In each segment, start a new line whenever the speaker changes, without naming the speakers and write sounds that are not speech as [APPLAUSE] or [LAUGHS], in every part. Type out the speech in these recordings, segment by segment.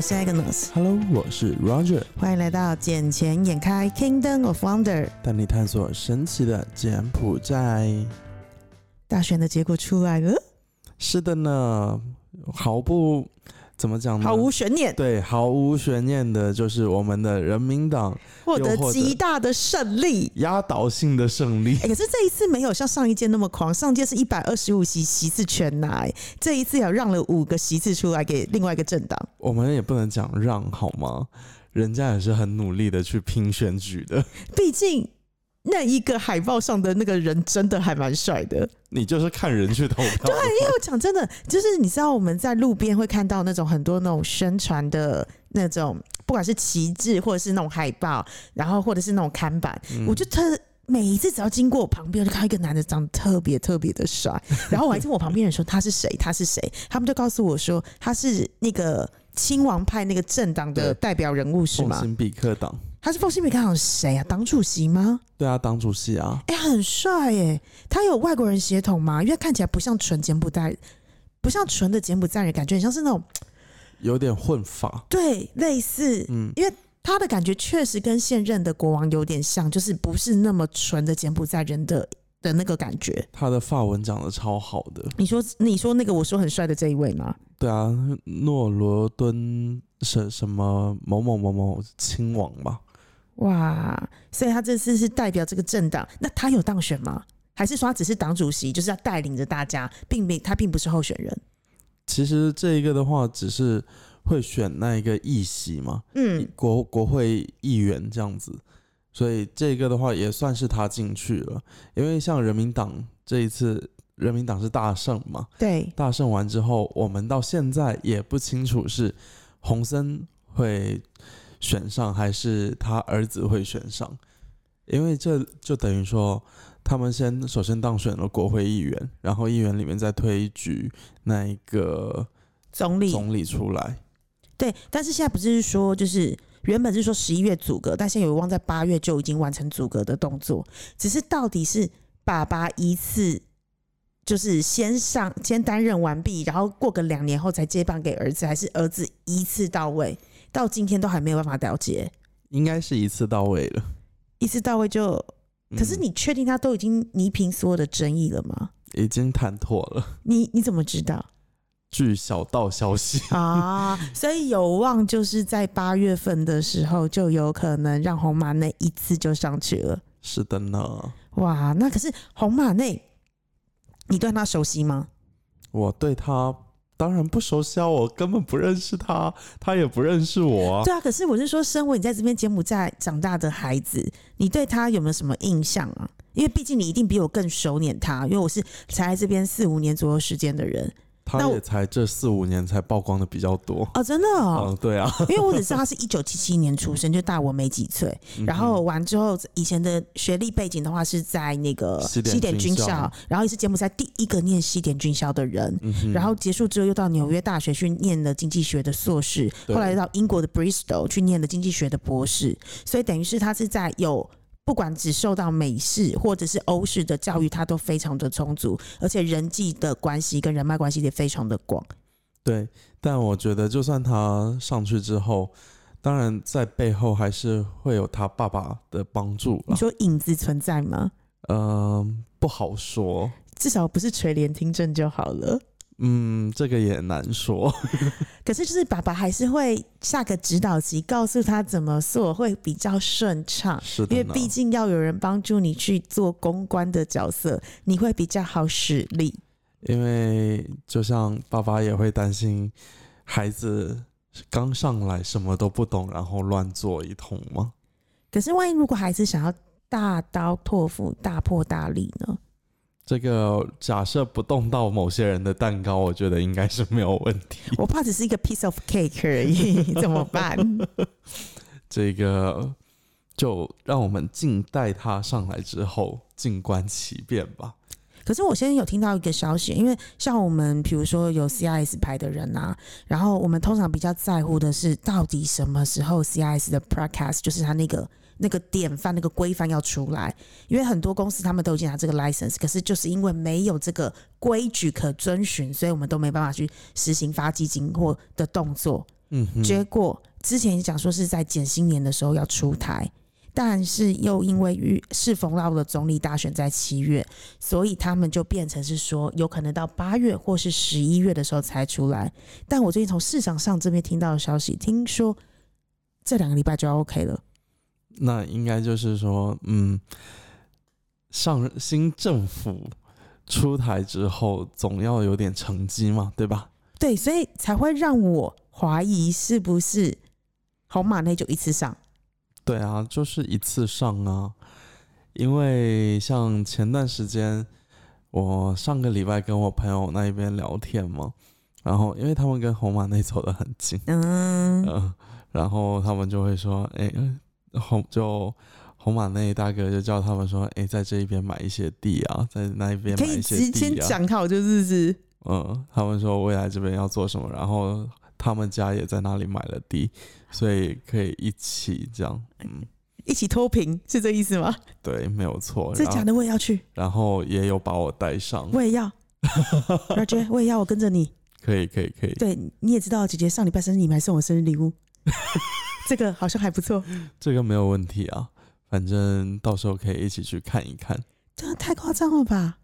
是 Agnes，
Hello，我是 Roger，
欢迎来到《捡钱眼开 Kingdom of Wonder》。
带你探索神奇的柬埔寨。
大选的结果出来了，
是的呢，毫不怎么讲呢？
毫无悬念，
嗯对，毫无悬念的，就是我们的人民党
获得
又获得
极大的胜利。
压倒性的胜利。
哎、可是这一次没有像上一届那么狂，上届是一百二十五席席次全拿、哎这一次有让了五个席次出来给另外一个政党。
我们也不能讲让好吗？人家也是很努力的去拼选举的。 [LAUGHS]
毕竟那一个海报上的那个人真的还蛮帅的。
你就是看人去投票的。
因为我讲真的，就是你知道我们在路边会看到那种很多那种宣传的那种，不管是旗帜或者是那种海报，然后或者是那种看板，
嗯
我就特。每一次只要经过我旁边，我就看到一个男的长得特别特别的
[LAUGHS]
帅，然后我还跟我旁边人说他是谁，他是谁，他们就告诉我说他是那个亲王派那个政党的
对
代表人物是
奉
吗？
新比克党。
他是凤新美看好谁啊？党主席吗？
对啊，党主席啊，
哎、很帅哎！他有外国人血统吗？因为看起来不像纯柬埔寨，不像纯的柬埔寨人，感觉很像是那种
有点混法。
对类似
嗯，
他的感觉，确实跟现任的国王有点像，就是不是那么纯的柬埔寨人的的那个感觉。
他的法文讲的超好的。
你说，你说那个我说很帅的这一位吗？
对啊，诺罗敦什什么某某某某亲王吧？
哇！所以他这次是代表这个政党，那他有当选吗？还是说他只是党主席，就是要带领着大家，并没他并不是候选人？
其实这一个的话，只是会选那一个议席嘛，
嗯，
国国会议员这样子，所以这个的话也算是他进去了。因为像人民党这一次，人民党是大胜嘛，
对，
大胜完之后，我们到现在也不清楚是洪森会选上还是他儿子会选上，因为这就等于说他们先首先当选了国会议员，然后议员里面再推举那一个
总理
总理出来。
对，但是现在不是说就是原本是说十一月阻隔，但现在有望在八月就已经完成阻隔的动作，只是到底是爸爸一次就是先上先担任完毕，然后过个两年后才接棒给儿子，还是儿子一次到位？到今天都还没有办法了解，
应该是一次到位了。
一次到位就。可是
嗯
你确定他都已经弥平所有的争议了吗？
已经谈妥了， [LAUGHS]
你你怎么知道
据小道消息，
啊？所以有望就是在八月份的时候，就有可能让红马那一次就上去了。
是的呢。
哇，那可是红马内，你对他熟悉吗？
我对他当然不熟悉啊，我根本不认识他，他也不认识我啊。
对啊，可是我是说，身为你在这边柬埔寨长大的孩子，你对他有没有什么印象啊？因为毕竟你一定比我更熟稔他，因为我是才来这边四五年左右时间的人那
他
我
也才这四五年才曝光的比较多。
哦，真的哦，
嗯，对啊， [LAUGHS]
因为我只知道他是一九七七年出生，就大我没几岁。
嗯
然后完之后，以前的学历背景的话是在那个
西点
军
军校嗯
校，然后也是柬埔寨第一个念西点军校的人。然后结束之后又到纽约大学去念了经济学的硕士，后
对
来到英国的 Bristol 去念了经济学的博士。所以等于是他是在有。不管只受到美式或者是欧式的教育，他都非常的充足，而且人际的关系跟人脉关系也非常的广。
对，但我觉得就算他上去之后，当然在背后还是会有他爸爸的帮助
你
啦。
说影子存在吗？
嗯、不好说，
至少不是垂帘听政就好了。
嗯，这个也难说。
可是就是爸爸还是会下个指导棋，告诉他怎么做会比较顺畅，
是
因
的
为
呢，
毕竟要有人帮助你去做公关的角色，你会比较好使力。
因为就像爸爸也会担心孩子刚上来什么都不懂，然后乱做一通嘛。
可是万一如果孩子想要大刀阔斧、大破大立
[LAUGHS]
呢？
这个假设不动到某些人的蛋糕，我觉得应该是没有问题。
我怕只是一个 piece of cake 而已， [LAUGHS] 怎么办？
这个呃就让我们静待他上来之后静观其变吧。
可是我现在有听到一个消息，因为像我们比如说有 CIS 牌的人啊，然后我们通常比较在乎的是到底什么时候 CIS 的 broadcast 就是它那个那个典范、那个规范要出来，因为很多公司他们都已经拿这个 license，可是就是因为没有这个规矩可遵循，所以我们都没办法去实行发基金或的动作。
嗯哼，
结果之前讲说是在减薪年的时候要出台，但是又因为遇适逢到了总理大选在七月，所以他们就变成是说有可能到八月或是十一月的时候才出来。但我最近从市场上这边听到的消息，听说这两个礼拜就要 OK 了。
那应该就是说，嗯，上新政府出台之后，总要有点成绩嘛，对吧？
对，所以才会让我怀疑是不是红马内就一次上。
对啊，就是一次上啊，因为像前段时间，我上个礼拜跟我朋友那一边聊天嘛，然后因为他们跟红马内走得很近，
嗯，
嗯，然后他们就会说，哎、红就红马内大哥就叫他们说，哎、在这一边买一些地啊，在那一边
可
买
以
一些
直接
地啊，
讲好就是是
嗯，他们说未来这边要做什么，然后他们家也在那里买了地，所以可以一起这样，嗯，
一起脱贫，是这意思吗？
对，啊没有错，
这
然后
假的我也要去，
然后也有把我带上，
我也要。Roger，我也 [LAUGHS] 要，我跟着你。
可以可以可以，
对，你也知道，姐姐上礼拜生日，你们还送我生日 [LAUGHS] 礼物，这个好像还不错。
这个没有问题啊，反正到时候可以一起去看一看。
这太夸张了吧？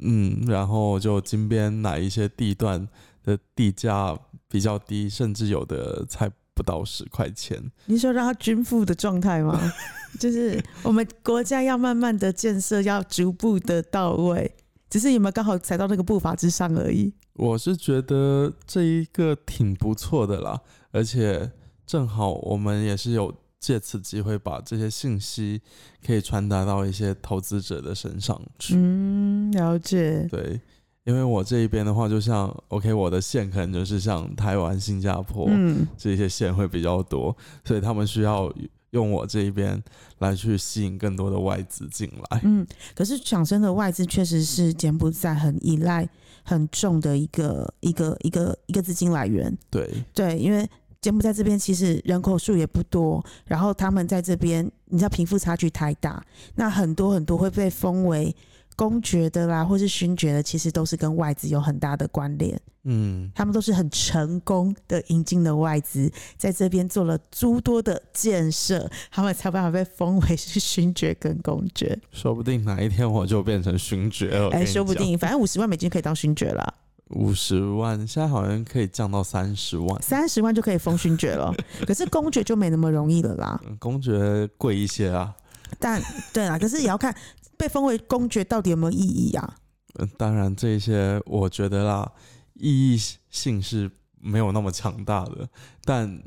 嗯，然后就金边哪一些地段的地价比较低，甚至有的才不到十块钱。
你是说让他均富的状态吗？ [LAUGHS] 就是我们国家要慢慢的建设，要逐步的到位，只是有没有刚好踩到那个步伐之上而已。
我是觉得这一个挺不错的啦，而且正好我们也是有借此机会把这些信息可以传达到一些投资者的身上去。
嗯，了解。
对，因为我这一边的话，就像 OK，我的线可能就是像台湾、新加坡、
嗯，
这些线会比较多，所以他们需要用我这一边来去吸引更多的外资进来。
嗯，可是讲真的，外资确实是柬埔寨很依赖、很重的一个、一个、一个、一个资金来源。
对，
对，因为柬埔寨这边其实人口数也不多，然后他们在这边，你知道贫富差距太大，那很多很多会被封为公爵的啦，或是勋爵的，其实都是跟外资有很大的关联。
嗯，
他们都是很成功的引进了外资，在这边做了诸多的建设，他们才有办法被封为 [LAUGHS] 是勋爵跟公爵。
说不定哪一天我就变成勋爵了。
哎、说不定，反正五十万美金可以当勋爵了，
五十万现在好像可以降到三十万，
三十万就可以封勋爵了。可是公爵就没那么容易了啦。
嗯公爵贵一些啊。
但 [LAUGHS] 对啦，可是也要看被封为公爵到底有没有意义啊？
嗯，当然这些我觉得啦，意义性是没有那么强大的，但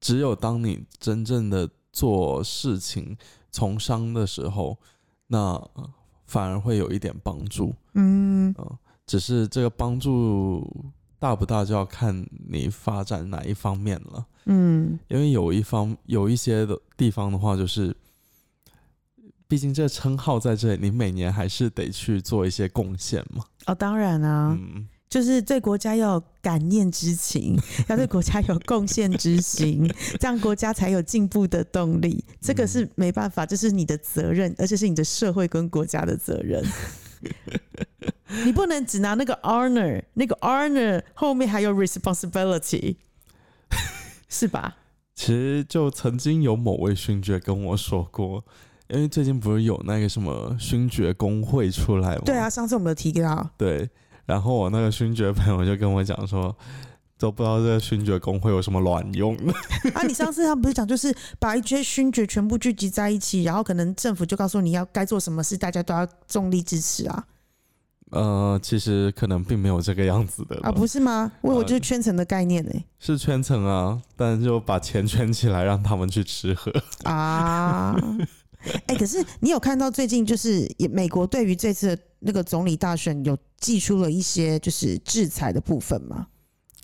只有当你真正的做事情从商的时候，那呃反而会有一点帮助。
嗯，
只是这个帮助大不大，就要看你发展哪一方面了。
嗯，
因为有一方有一些的地方的话，就是，毕竟这称号在这里，你每年还是得去做一些贡献嘛。
哦，当然啊，
嗯。
就是对国家要有感念之情，要对国家有贡献之心， [LAUGHS] 这样国家才有进步的动力。这个是没办法，这是你的责任，而且是你的社会跟国家的责任。你不能只拿那个 honor，那个 honor 后面还有 responsibility，是吧？
其实就曾经有某位勋爵跟我说过，因为最近不是有那个什么勋爵工会出来吗？
对啊，，上次我们有提到，
对。然后我那个勋爵朋友就跟我讲说，都不知道这个勋爵工会有什么卵用 [LAUGHS] 的。
啊，你上次他不是讲，就是把一些勋爵全部聚集在一起，然后可能政府就告诉你要该做什么事，大家都要重力支持啊，
呃，其实可能并没有这个样子的
啊，
了
不是吗？我以为
呃
就是圈层的概念呢、欸
是圈层啊，但就把钱圈起来，让他们去吃喝。
啊，哎、可是你有看到最近就是也美国对于这次的那个总理大选有寄出了一些就是制裁的部分吗？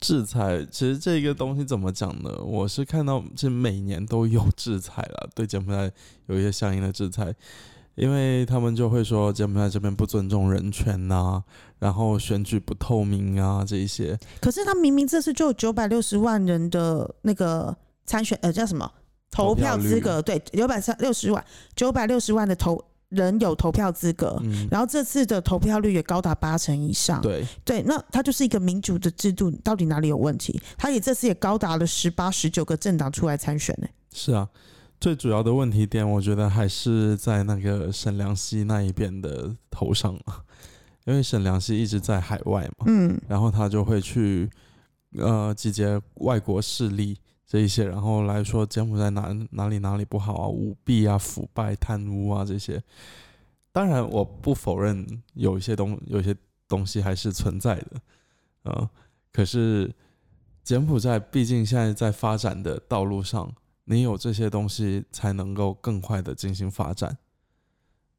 制裁，其实这个东西怎么讲呢？我是看到是每年都有制裁了，对柬埔寨有一些相应的制裁，因为他们就会说柬埔寨这边不尊重人权呐、然后选举不透明啊这一些。
可是他明明这次就有九百六十万人的那个参选，呃，叫什么
投
投
票
票
率
资格？对，九百三六十万，九百六十万的投人有投票资格，
嗯，
然后这次的投票率也高达八成以上。
对，
对，那它就是一个民主的制度，到底哪里有问题？它也这次也高达了十八、十九个政党出来参选呢、
是啊。最主要的问题点，我觉得还是在那个沈良熙那一边的头上嘛，因为沈良熙一直在海外嘛，
嗯，
然后他就会去呃集结外国势力这一些，然后来说柬埔寨哪哪里哪里不好啊，舞弊啊、腐败、贪污啊这些。当然，我不否认有一些东有一些东西还是存在的，呃，可是柬埔寨毕竟现在在发展的道路上，你有这些东西才能够更快的进行发展，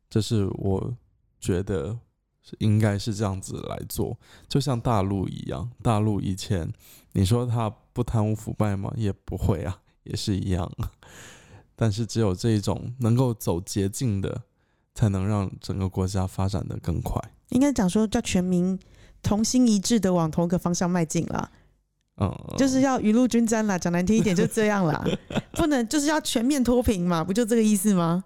这是我觉得是应该是这样子来做。就像大陆一样，大陆以前你说他不贪污腐败吗？也不会啊，也是一样。啊但是只有这一种能够走捷径的，才能让整个国家发展的更快。
应该讲说叫全民同心一致的往同一个方向迈进啦，
嗯，
就是要雨露均沾啦。讲难听一点就这样啦，不能就是要全面脱贫嘛，不就这个意思吗？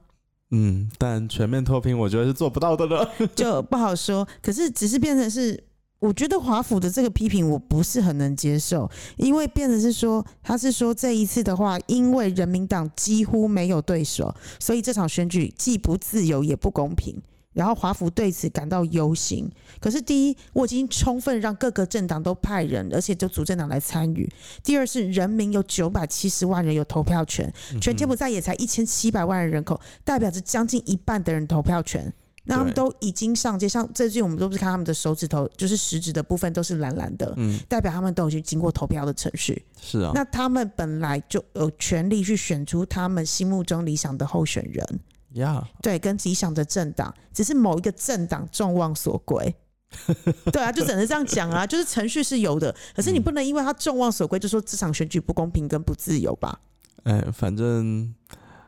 嗯，但全面脱贫，我觉得是做不到
[LAUGHS]
的了。
就不好说。可是只是变成是，我觉得华府的这个批评我不是很能接受，因为变成是说，他是说这一次的话，因为人民党几乎没有对手，所以这场选举既不自由也不公平。然后华府对此感到忧心。可是，第一，我已经充分让各个政党都派人，而且就主政党来参与；第二是人民有九百七十万人有投票权，全柬埔寨也才一千七百万人口，代表着将近一半的人投票权。那他们
对
都已经上街，像最近我们都不是看他们的手指头，就是食指的部分都是蓝蓝的，
嗯，
代表他们都已经经过投票的程序。
是啊，
那他们本来就有权利去选出他们心目中理想的候选人，
呀，
对，跟理想的政党，只是某一个政党众望所归。对啊，就只能这样讲啊，就是程序是有的，可是你不能因为他众望所归，就说这场选举不公平跟不自由吧？
哎，反正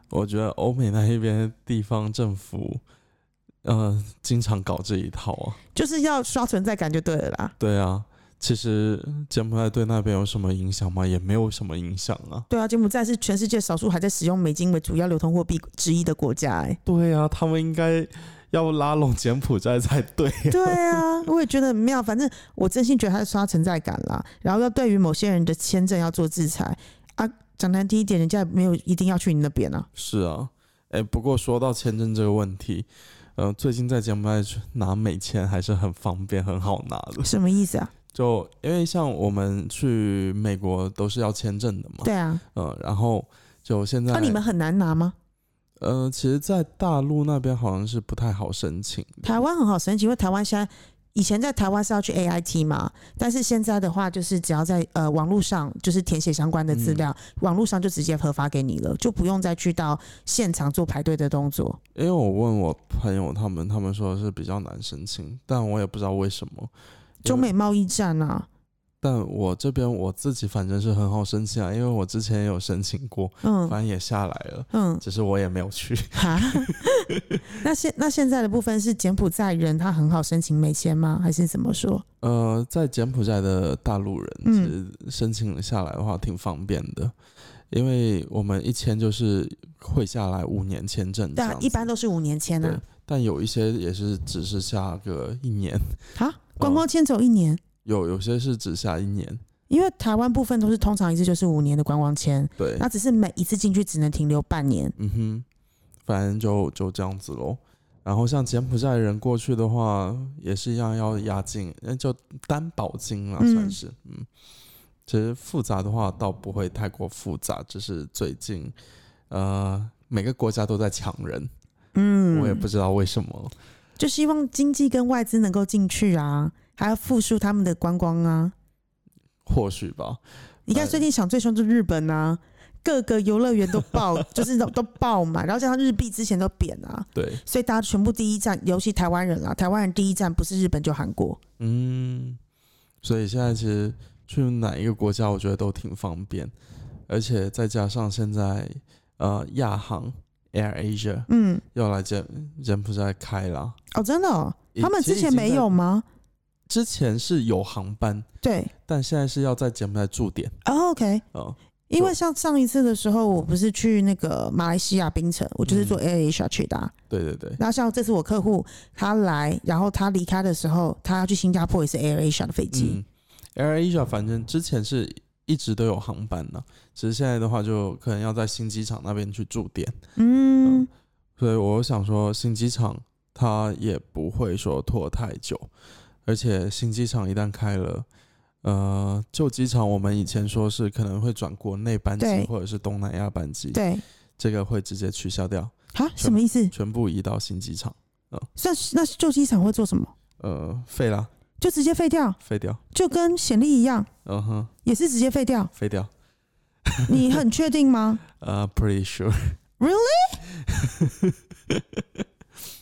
我觉得欧美那一边地方政府，呃，经常搞这一套啊。
就是要刷存在感就对了啦。
对啊，其实柬埔寨对那边有什么影响吗？也没有什么影响啊。
对啊，柬埔寨是全世界少数还在使用美金为主要流通货币之一的国家、欸，
对啊，他们应该要拉拢柬埔寨才对、啊。
对啊，我也觉得很妙。反正我真心觉得他是刷存在感啦，然后要对于某些人的签证要做制裁啊。讲难听一点，人家也没有一定要去你那边啊。
[LAUGHS] 是啊，哎，不过说到签证这个问题，呃，最近在柬埔寨拿美签还是很方便、很好拿的。
什么意思啊？
就因为像我们去美国都是要签证的嘛，
对啊，
呃，然后就现在，
那、你们很难拿吗？
呃，其实，在大陆那边好像是不太好申请的。
台湾很好神奇，因为台湾现在以前在台湾是要去 AIT 嘛，但是现在的话就是只要在呃网络上就是填写相关的资料，网络上就直接核发给你了，就不用再去到现场做排队的动作。
因为我问我朋友他们，他们说是比较难申请，但我也不知道为什么。
中美贸易战啊，
但我这边我自己反正是很好申请啊，因为我之前也有申请过，
嗯
反正也下来了，
嗯，
只是我也没有去。 [LAUGHS]
哈，那现那现在的部分是柬埔寨人他很好申请美签吗？还是怎么说？
呃，在柬埔寨的大陆人，其实
嗯
申请下来的话挺方便的，因为我们一签就是会下来五年签证这
对
样
啊
子，，
一般都是五年签
对
啊。，
但有一些也是只是下个一年，
哈，观光签走一年，
有有些是只下一年，
因为台湾部分都是通常一次就是五年的观光签，
对，
那只是每一次进去只能停留半年。
嗯哼，反正就就这样子喽。然后像柬埔寨人过去的话，也是一样要押金，那就担保金啦，
嗯
算是嗯。其实复杂的话倒不会太过复杂，只是最近呃每个国家都在抢人，
嗯，
我也不知道为什么。
就希望经济跟外资能够进去啊，还要复苏他们的观光啊。
或许吧，
你看
哎
最近想最凶就是日本啊，各个游乐园都
[LAUGHS]
爆，就是都都爆嘛，然后加上日币之前都贬啊，
对，
所以大家全部第一站，尤其台湾人啦，台湾人第一站不是日本就韩国。
嗯，所以现在其实去哪一个国家，我觉得都挺方便，而且再加上现在呃亚航 Air Asia，
嗯，
要来柬柬埔寨开啦。
哦，真的、哦，
已
他们之前没有？吗？
其实已经在之前是有航班，
对、
但现在是要在柬埔寨驻点。
哦、，OK，
哦、
因为像上一次的时候，我不是去那个马来西亚槟城，我就是坐 Air Asia 去的、啊。
对对对，
然后像这次我客户他来，然后他离开的时候，他要去新加坡也是 Air Asia 的飞机。
嗯，Air Asia 反正之前是一直都有航班的，只是现在的话就可能要在新机场那边去驻点，
嗯，
所以我想说新机场它也不会说拖太久，而且新机场一旦开了。呃，旧机场我们以前说是可能会转国内班机
对
或者是东南亚班机，
对，
这个会直接取消掉，
啊，什么意思？
全部移到新机场。
那那旧机场会做什么？
呃，废啦，
就直接废掉，
废掉，
就跟显利一样，
嗯哼，
也是直接废掉。
废掉。
你很确定吗？
呃、p r e t t y sure，
[LAUGHS]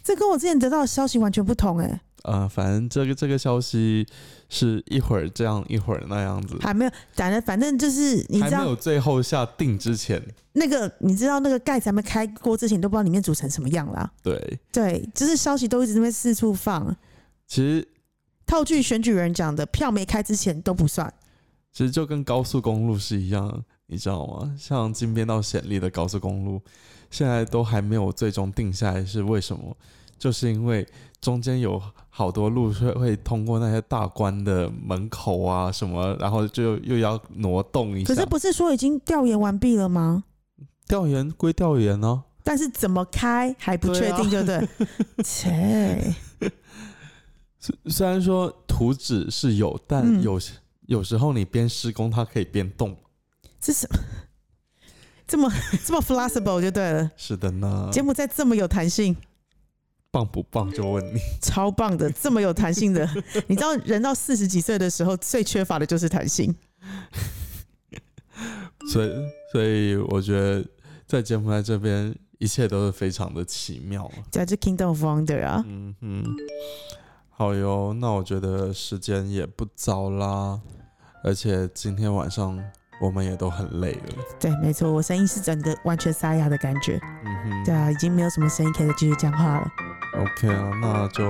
这跟我之前得到的消息完全不同哎、
呃，反正这个这个消息是一会儿这样一会儿那样子，
还没有，反正反正就是你
还
知
没
道
有最后下定之前，
那个你知道那个盖子还没开锅之前，你都不知道里面煮成什么样啦。
对，
对，就是消息都一直在那边四处放。
其实
套句选举人讲的，票没开之前都不算。
其实就跟高速公路是一样，你知道吗？像金边到显利的高速公路，现在都还没有最终定下来是为什么？就是因为中间有好多路是会通过那些大关的门口啊什么，然后就又要挪动一下。
可是不是说已经调研完毕了吗？
调研归调研啊呢、
但是怎么开还不确定，
啊
对不对？切，
虽虽然说图纸是有，但
嗯
有、时有时候你边施工它可以边动。
这是这么这么 flexible 就对了。
是的呢，
柬埔寨这么有弹性，
棒不棒就问你。
超棒的，这么有弹性的。你知道，人到四十几岁的时候，最缺乏的就是弹性。
[LAUGHS] 所以，所以我觉得在柬埔寨这边一切都是非常的奇妙啊。
这就是 Kingdom of Wonder 啊，
嗯嗯，好哟，那我觉得时间也不早啦，而且今天晚上我们也都很累了。
对，没错，我声音是整个完全沙哑的感觉，
嗯哼，
对啊，已经没有什么声音可以再继续讲话了。
OK 啊，那就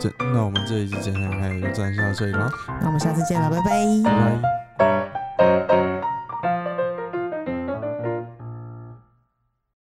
这，那我们这一期节目还就暂时到这里啦，
那我们下次见了，拜拜
拜拜。